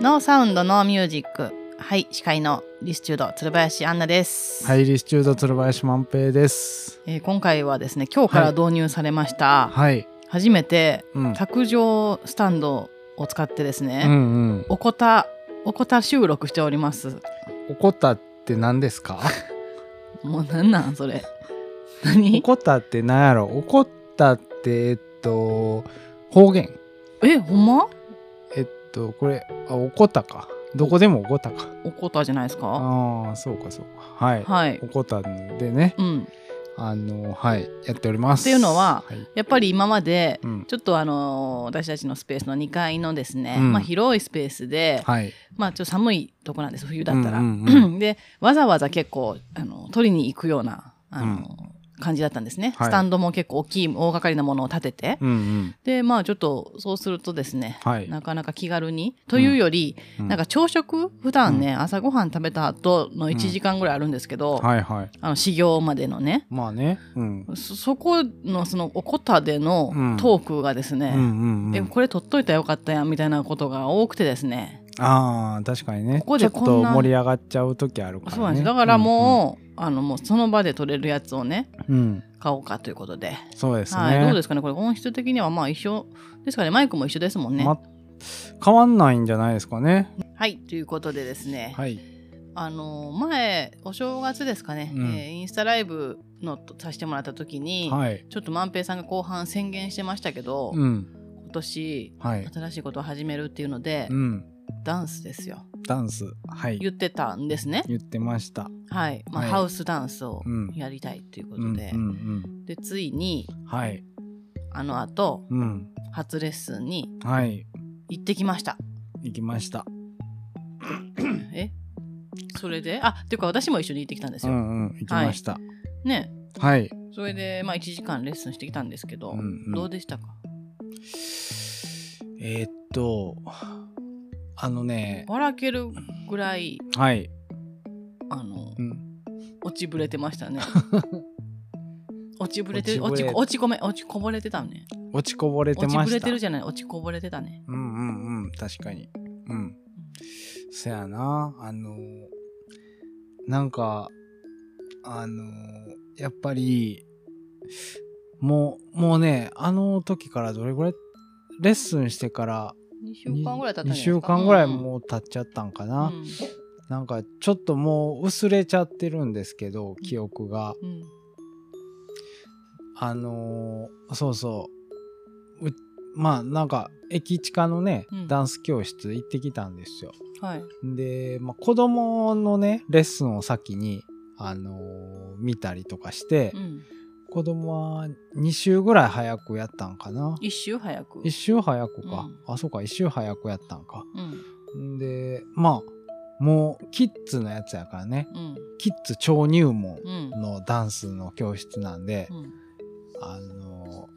ノーサウンドノーミュージックはい司会のリスチュード鶴林杏奈です、はい、リスチュード鶴林万平です。えー今回はですね今日から導入されました、はい。初めてうん。卓上スタンドを使ってですうね、んうん。おこたおこた収録しておりますおこたって何で すかもうなんなんそれお何こたって何やろおこたって、えっと、方言。えほんまえっと、これ、あおこたか。どこでもおこたか。おこたじゃないですかああ、そうかそうか。はい。はいおこたでね、うんあの、はい、やっております。っていうのははい、やっぱり今までうん。ちょっとあのー私たちのスペースの2階のですね、うんまあ、広いスペースで、はい。まあちょっと寒いとこなんです冬だったら。うんうんうでわざわざ結構あの取りに行くようなあの、感じだったんですね、はいスタンドも結構大きい大掛かりなものを立てて、うんうん。でまあちょっとそうするとですね、はいなかなか気軽にというより、うんなんか朝食普段ね、朝ごはん食べた後の1時間ぐらいあるんですけど、はいはい。あの修行までのねまあね。うん。そそこのそのおこたでのうんトークがですね、うんうんうえん。これ取っといたらよかったやんみたいなことが多くてですねああ、確かにね。ここでちょこっんとな盛り上がっちゃう時あるからね。そうなんですだからもう,、あのもうその場で取れるやつをねうん、うん。うん買おうかということでそうですね。はい、どうですかねこれ音質的にはまあ一緒ですかねマイクも一緒ですもんね、ま変わんないんじゃないですかね。はいということでですね、はい。あの前お正月ですかね、うんえーインスタライブのとさせてもらった時に、はい。ちょっと万平さんが後半宣言してましたけど、うん。今年はい。新しいことを始めるっていうので、うん。ダンスですよダンス。はい。言ってたんですね言ってました。はい、まあはいハウスダンスをうんやりたいというこうんうとんで、うん。でついにはい。あの後うん。初レッスンにはい。行ってきました。行きました。えそれであっていうか私も一緒に行ってきたんですうよ。んうん。行きました。ねはい。それでまあ1時間レッスンしてきたんですけど、うんうんどうでしたかえーっと、あのね、ばらけるぐらいはい。あのうん。落ちぶれてました ね。落ちぶれて落落ちちぶれ落ちごめん落ちこぼれてたね。落ちこぼれて落ましちぶた。れてるじゃない落ちこぼれてたね。うんうんうん確かにうんそやなあのなんかあのやっぱりもうもうねあの時からどれぐらいレッスンしてから2週間ぐらい経ったんじゃないですか2週間ぐらいもう経っちゃったんかうんな、なんかちょっともう薄れちゃってるんですけど記憶がうんうんあのそうそううまあなんか駅近のね、うんダンス教室行ってきたんですよはい。で、まあ、子供のねレッスンを先に、あのー見たりとかして、うん子供は2週ぐらい早くやったんかな一周早く。 1週早くか、あそうか1週早くやったんかうんんでまあもうキッズのやつやからねうんキッズ超入門うんのダンスの教室なんで、うんあのー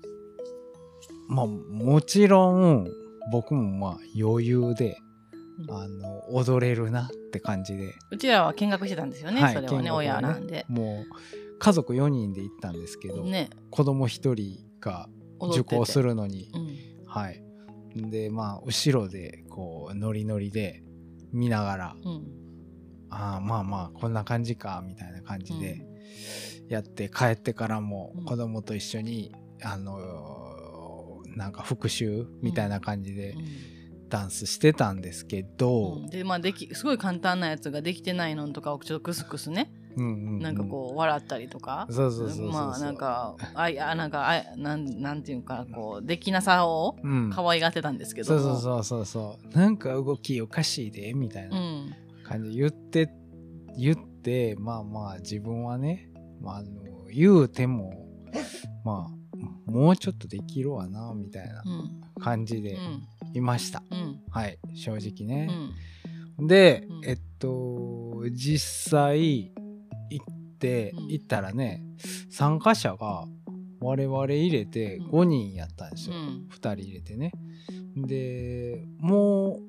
まあもちろん僕もまあ余裕で、うんあの踊れるなって感じでうちらは見学してたんですよね、はいそれは見ね学をね親なんで。もう家族4人で行ったんですけど、ね子供1人が踊受ってて講するのにうんはいでまあ後ろでこうノリノリで見ながらうんああまあまあこんな感じかみたいな感じでやって、帰ってからもうん子供と一緒に、あのーなんか復習みたいな感じでダンスしてたんですけうんどうん、でまあできすごい簡単なやつができてないのとかをちょっとクスクスね、うんうんうんなんかこう笑ったりとかそうそうそうそうそうまあなんかあいやなんかあいなんなんていうかこうできなさをう、うん、可愛がってたんですけどそうもそうそうそうそうなんか動きおかしいでみたいなん感じで言って、言ってまあまあ自分はね、まあ、あの言うてもまあもうちょっとできるわなみたいなうん感じうでんいました、うんはい正直うね、んで、うんえっと実際行ってうん行ったらね参加者が我々入れてうん5人やったんですうよ、ん2人入れてねでもう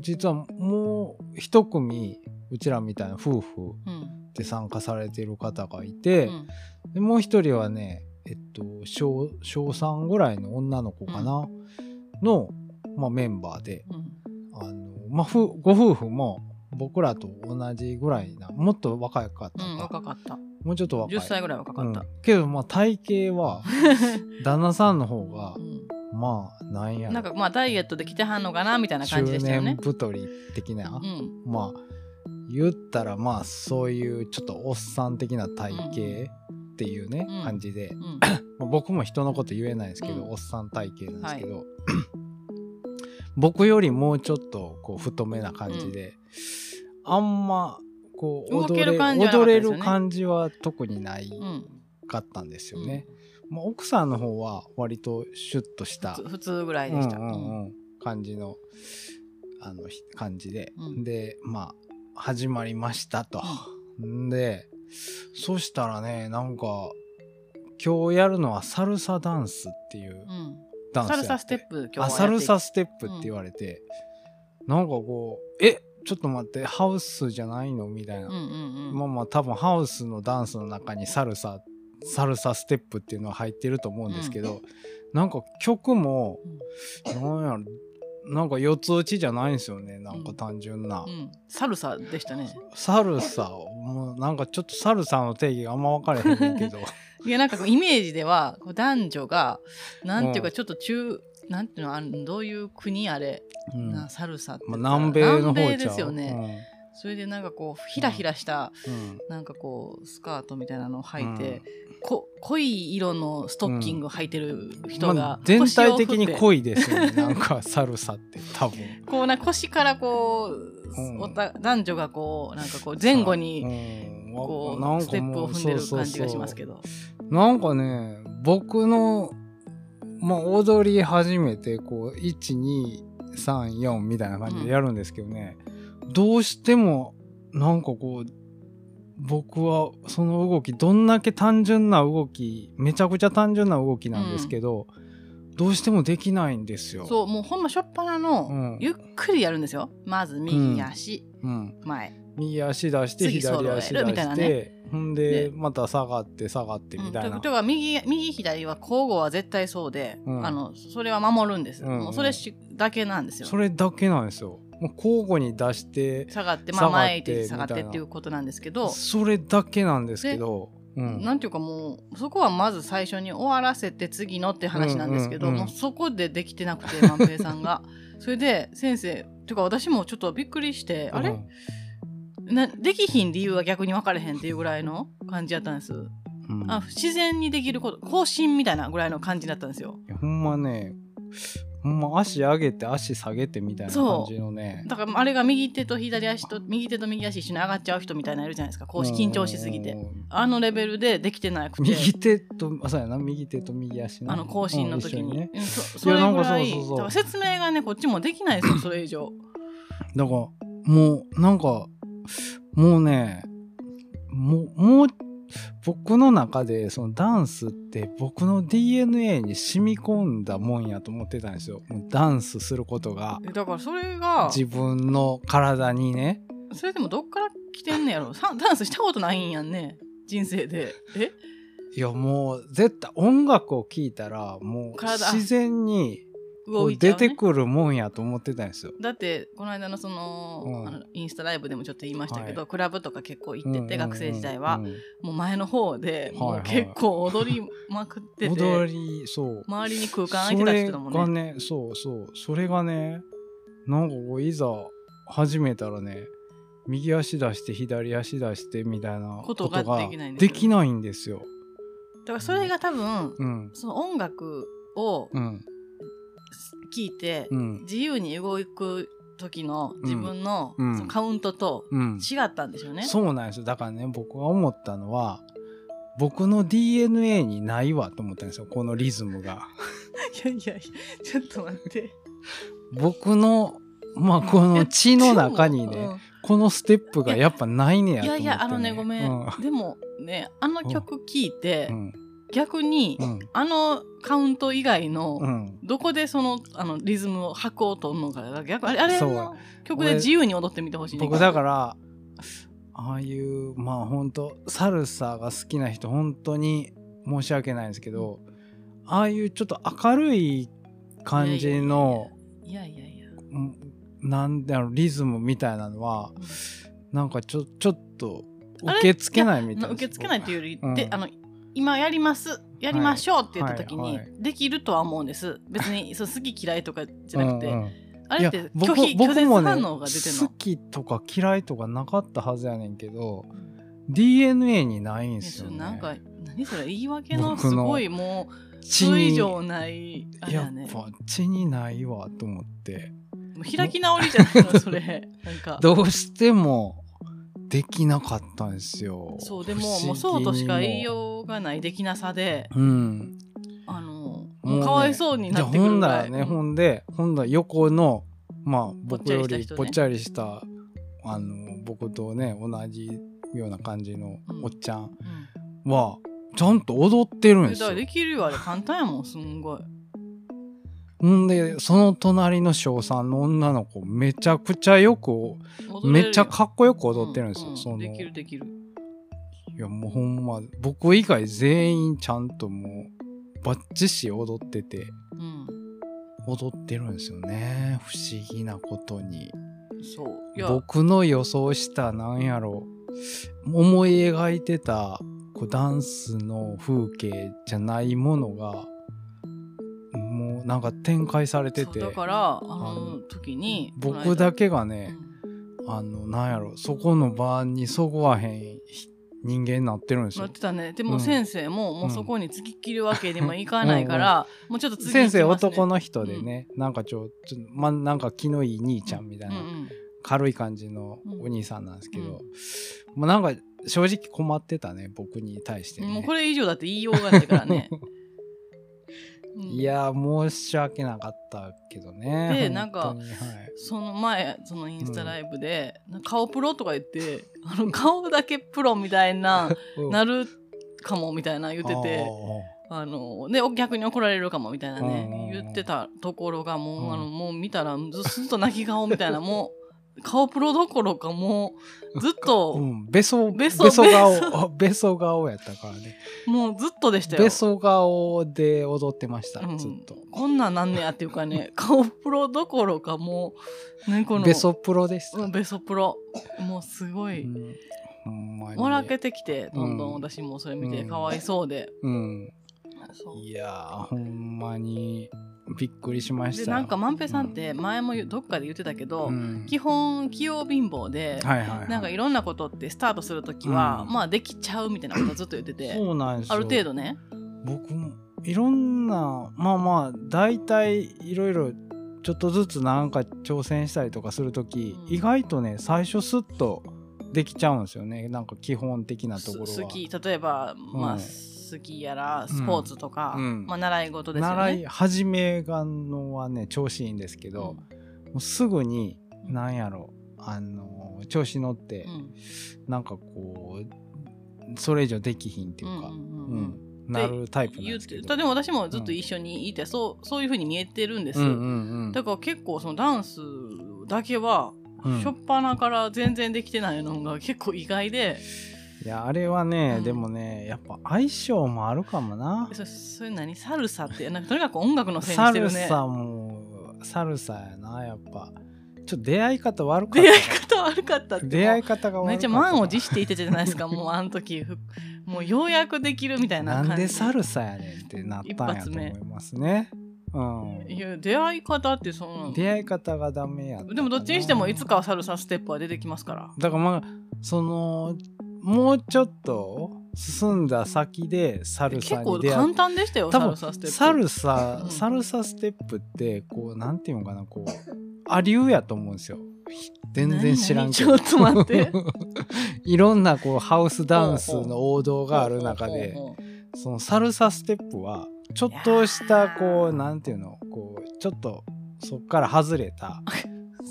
実はもう一組うちらみたいな夫婦うんで参加されてる方がいてう、んでもう一人はねえっと小小3ぐらいの女の子かな、の、まあ、メンバーでうんあのまあ、ふご夫婦も僕らと同じぐらいなもっと若かったうか、ん、若かった。もうちょっと若い10歳ぐらい若かったう。んけどまあ体型は旦那さんの方がうまあなんやん、なんろかまあダイエットできてはんのかなみたいな感じでしたよね中年。太り的な、うん、まあ言ったらまあそういうちょっとおっさん的な体型っていうね、うん感じで、うん、まあ僕も人のこと言えないですけど、うんおっさん体型なんですけど、 僕よりもうちょっとこう太めな感じで、あんまこう動踊けれる感じはなかっ踊たでれすよねる感じは特にないうん、かったんですよね。まあ、奥さんの方は割とシュッとした普通普通ぐらいでした。うんうんうん感じのあのひ感じで、うんでまあ始まりましたと。んでそしたらねなんか今日やるのはサルサダンスっていううんダンスサやって、ルサステップ今日はやあってサルサステップって言われて、なんかこうえちょっと待ってハウスじゃないのみたいな、うんうんうんまあまあ多分ハウスのダンスの中にサルササルサステップっていうのは入ってると思うんですけど、なんか曲もなんやろなんか四つ打ちじゃないんですよねなんか単純な、うん、サルサでしたね。サルサもうなんかちょっとサルサの定義があんま分かれへんねんけ どいやなんかこうイメージではこう男女がなんていううかちょっと中、なんていうのあのどういう国あれ、うんなサルサってまあ言ったら南米の方ちゃ南う米ですよね、うそれでなんかこうひらひらしたんうんなんかこうスカートみたいなのを履いて、うんこ濃い色のストッキング履いてる人まがあ、全体的腰を振にって濃いですよねなんかサルサって 多分こうな腰からこう、うんおた男女がこうなんかこう前後にうんわこなんうかステップをもう踏んでるそうそうそう感じがしますけどなんかね、僕の、まあ、踊り始めて、こう、1、2、3、4みたいな感じでやるんですけどね、どうしても、なんかこう、僕はその動き、どんだけ単純な動き、めちゃくちゃ単純な動きなんですけど、どうしてもできないんですよ。そうもうほんま初っ端うんのゆっくりやるんですよまず右足うん。前右足出して、次左足出揃えるみたいしなて、ほんでで、また下がって、下がってみたいうんな。ととか右右左は交互は絶対そうで、うんあのそれは守るんです、うんもうそれしだけなんですよそれだけなんですよ。もう交互に出して、下がって、まあ、下がって前で下がっみたていなっていうことなんですけど、それだけなんですけど、うんなんていうかもうそこはまず最初に終わらせて次のって話なんですけど、うんうんうんもうそこでできてなくて万平さんが それで先生ていうか私もちょっとびっくりして、あうれんなできひん理由は逆に分かれへんっていうぐらいの感じやったんです、うんあ自然にできること更新みたいなぐらいの感じだったんですよいやほんまねほんま足上げて足下げてみたいな感じのねだからあれが右手と左足と右手と右足一緒に上がっちゃう人みたいなのいるじゃないですかこう緊張しすぎうてんあのレベルでできてなくて右手とあそうやな右手と右足なあの更新の時うん一緒に,、ねうんそそれいやなんぐかそうらいそうそうだから説明がねこっちもできない ですよそれ以上だからもうなんかもうねもうもう僕の中でそのダンスって僕の DNA に染み込んだもんやと思ってたんですよもうダンスすることがえだからそれが自分の体にねそれでもどっから来てんねやろさダンスしたことないんやんね人生でえいやもう絶対音楽を聴いたらもう体自然に動いちゃ出う、てね、くるもんやと思ってたんですよ。だってこの間のその,、うんあのインスタライブでもちょっと言いましたけど、はクラブとか結構行ってうんて、うんうん学生時代は、うんもう前の方で、はいはいもう結構踊りまくってて踊りそう周りに空間空いてた人だもんそれねがねそうそうそれがねなんかこういざ始めたらね右足出して左足出してみたいなここととがができないんですでよきないんですよ。だからそれが多分、うんその音楽をうん聞いて、うん自由に動く時の自分の,、うんそのカウントとうん、違ったんでしょうね。そうなんですよだからね僕が思ったのは僕の DNA にないわと思ったんですよこのリズムが。 いやいやいやちょっと待って。僕のまあこの血の 中にね、このステップがやっぱないねうんやいと思やって、ね、いやあのねごめん、うでもねあの曲聴いて、ん逆に、うんあのカウント以外の、うんどこでそのあのリズムを拍を取るのかが逆あれあれそうの曲で自由に踊ってみてほしいね僕だからああいうまあ本当サルサが好きな人本当に申し訳ないんですけど、ああいうちょっと明るい感じのいやいやいやうんなんだろうリズムみたいなのはうんなんかちょちょっとあ受れけ付けないみたいな受け付けないというより、うんであの今やりますやりましょうって言った時に、はいはいできるとは思うんです別にそう好き嫌いとかじゃなくて、うんうんあいれやって拒僕否拒僕絶もね反応が出てん好の、きとか嫌いとかなかったはずやねんけど DNA にないんいやすそよれねなんか何それ言い訳の僕のすごいもう血それ以に上ないあれややっねぱ血にないわと思ってもう開き直りじゃないのそれなんかどうしてもできなかったんですよそうでも不思議にもうそうとしか言いようがないできなさでうんあのうねかわいそうにじゃなあってくほるぐんなららいね、ほんでほんだら横のまあぽっ僕ちゃりよしたり人ねぽっちゃりしたあの僕とね同じような感じのうんおっちゃんうんはちゃんと踊ってるんえでだすからよできるよあれ簡単やもんすんごいほんでその隣の小3の女の子めちゃくちゃよく踊れるよめっちゃかっこよく踊ってるんですよ、ううそのできるできるいやもうほんま僕以外全員ちゃんともうバッチし踊っててうん踊ってるんですよね不思議なことにそういや僕の予想したなんやろ思い描いてたこうダンスの風景じゃないものがもうなんか展開されてそうてだからあのの時に僕だけけがね、あのなんやろそこの場にそぐわへん人間になってるんですなよってたねでうもん先生も、もうそこに突き切るわけにもいかないからもうちょっと次先生行きますね男の人でね、なんかちょちょ、ま、なんか気のいい兄ちゃんみたいな、うん軽い感じのお兄さんなんですけど、まあ、なんか正直困ってたね僕に対してうん、ね、もうこれ以上だって言いようがないから ね、うんいやー申し訳なかったけどねで本当になんかはい、その前そのインスタライブで、顔プロとか言ってあの顔だけプロみたいななるるかもみたいな言っててあのでお逆に怒られるかもみたいなうんうんねうん言ってたところがもう,、うんあのもう見たらずずっと泣き顔みたいなもう 顔プロどころかもうずっうと、ん、べそべべそそ 顔べそ顔やったからねもうずっとでしたよべ。そ顔で踊ってました、うんずっとこんなんなんねやっていうかね顔プロどころかもう、ね、このべそプロでした、うん、ベソプロもうすごういんほんまにねもらけてきてどんどんうん私もそれ見てうんかわいそうで、うんそういやーほんまにびっくりしましたでよなんか万平さんって前も言うどっかで言ってたけど、うん基本器用貧乏で、はいはいはいなんかいろんなことってスタートするときは、うんまあできちゃうみたいなことずっと言ってて、そうなんですよある程度ね、僕もいろんなまあまあ大体いろいろちょっとずつなんか挑戦したりとかする時、うん意外とね最初スッとできちゃうんですよねなんか基本的なところはす好き例えば、まあうん好きやらスポーツとか、うんまあ習い事ですよね。習い始めがのはね調子いいんですけうんど、もうすぐにうんなんやろあの調子乗って、うんなんかこうそれ以上できひんっていうか、うううんうんんんうんなるタイプなん言でっすてけどでも私もずっと一緒にいて、そうそういうふうに見えてるんです、うんうんうんだから結構そのダンスだけは、うん初っ端から全然できてないのが結構意外でいやあれはね、うんでもねやっぱ相性もあるかもなそそれ何サルサってなんかとにかく音楽のせいにサしてるルねサもサルサやなやっぱちょっと出会い方悪かっ出た会い方悪かったって出会い方が悪かっためっちゃ満を持していたじゃないですかもうあの時ふもうようやくできるみたいなな感じんでサルサやねんってなったんやと思いますねうんいや出会い方ってその出会い方がダメやったかなでもどっちにしてもいつかはサルサステップは出てきますからだからまあそのもうちょっと進んだ先でサル結サに構出会っ簡単でしたよ多サ分ルサステップサルサ、うんサルサステップってこうなんていうのかなこうありうやと思うんですよ全然知らんけど何 々ちょっと待って いろんなこうハウスダンスの王道がある中でほうほうほそのサルサステップはちょっとしたこうなんていうのこうちょっとそっから外れ た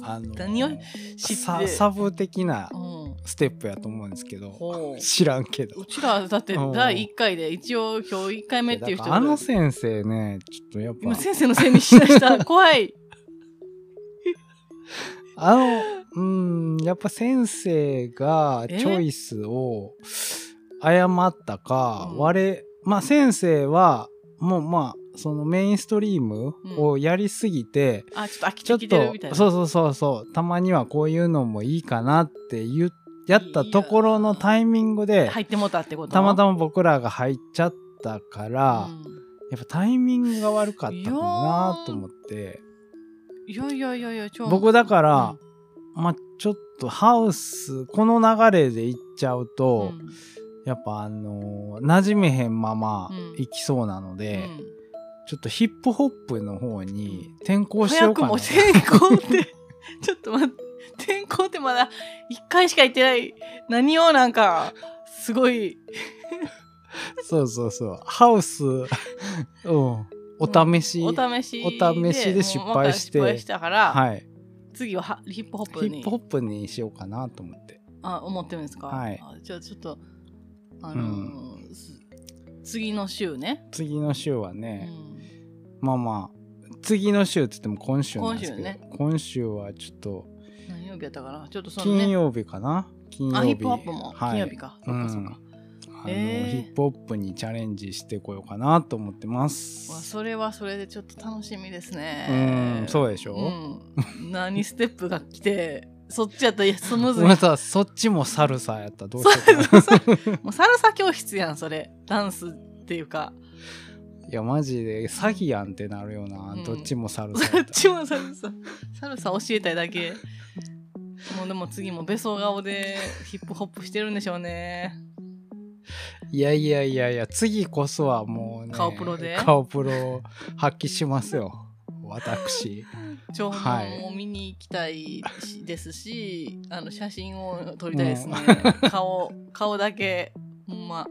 あの何をう知ってササブ的なうんステップやと思うんですけどほう知らんけどうちらだってうん第1回で一応今日1回目っていう人だからあの先生ねちょっとやっ今ぱ先生のせいにしだ した怖いあの、うん、やっぱ先生がチョイスを誤ったか、うん我々、まあ先生はもうまあそのメインストリームをやりすぎて、あ、ちょっと飽きちょてきってるみたいな。とそうそうそうそうたまにはこういうのもいいかなって言っやったところのタイミングで入ってもうたってことたまたま、ま僕らが入っちゃったから、うんやっぱタイミングが悪かったかもなと思っていやいやいやいや、ちょ僕だからうん、まあちょっとハウスこの流れで行っちゃうと、うんやっぱあのー馴染めへんままうん行きそうなので、うんちょっとヒップホップの方に転校しよ早うくかなも転校って、 ちょっと待って、転校ってまだ一回しか行ってない。何をなんか、すごい、 そうそうそうハウスうんお試し、お試しで。お試しで失敗してもう今回失敗したから、はい次ははヒップホッヒプッにプホップにしようかなと思ってあ思ってるんですか、はいあじゃあちょっと、あのーす次の週ね、次の週はうね、んまあまあ次の週って言っても今週なんですけど今週今週,、ねはちょっと何曜日やったかなちょっとそのね金曜日かな、金曜日あヒップホップもはい金曜日か、そっかそっか、あのえーヒップホップにチャレンジしてこようかなと思ってますわそれはそれでちょっと楽しみですねうんそうでしょ、うん、何ステップが来 てそっちやったらいやスムーズにごめんなさいそっちもサルサやったらどうしようかな もうサルサ教室やんそれダンスっていうかいやマジで詐欺やんってなるよな、うんどっちもサルサやったそらっちもサルササルサ教えたいだけもうでも次もべそ顔でヒップホップしてるんでしょうねいやいやいやいや次こそはもうね顔プロで顔プロを発揮しますよ私情報はいも見に行きたいしですし、あの写真を撮りたいですね、顔顔だけほんま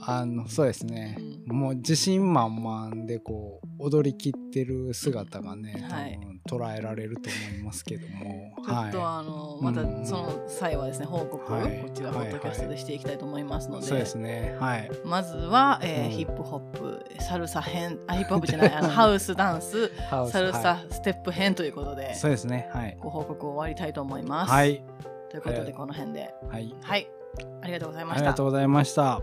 あのそうですねもう自信満々でこう踊りきってる姿がね、はい多分捉えられると思いますけどもちょっとはあの、うんまたその際はですね報告をはいこちらポッドキャストでしていきたいと思いますのいで,、そうですねはいまずは、えーうんヒップホップサルサ編あヒップホップじゃないあのハウスダンスハウスサルはサステップ編ということでい、そうですねはいご報告を終わりたいと思います。はい、ということはでいこの辺ではい、はいありがとうございまあしりたがと。うございました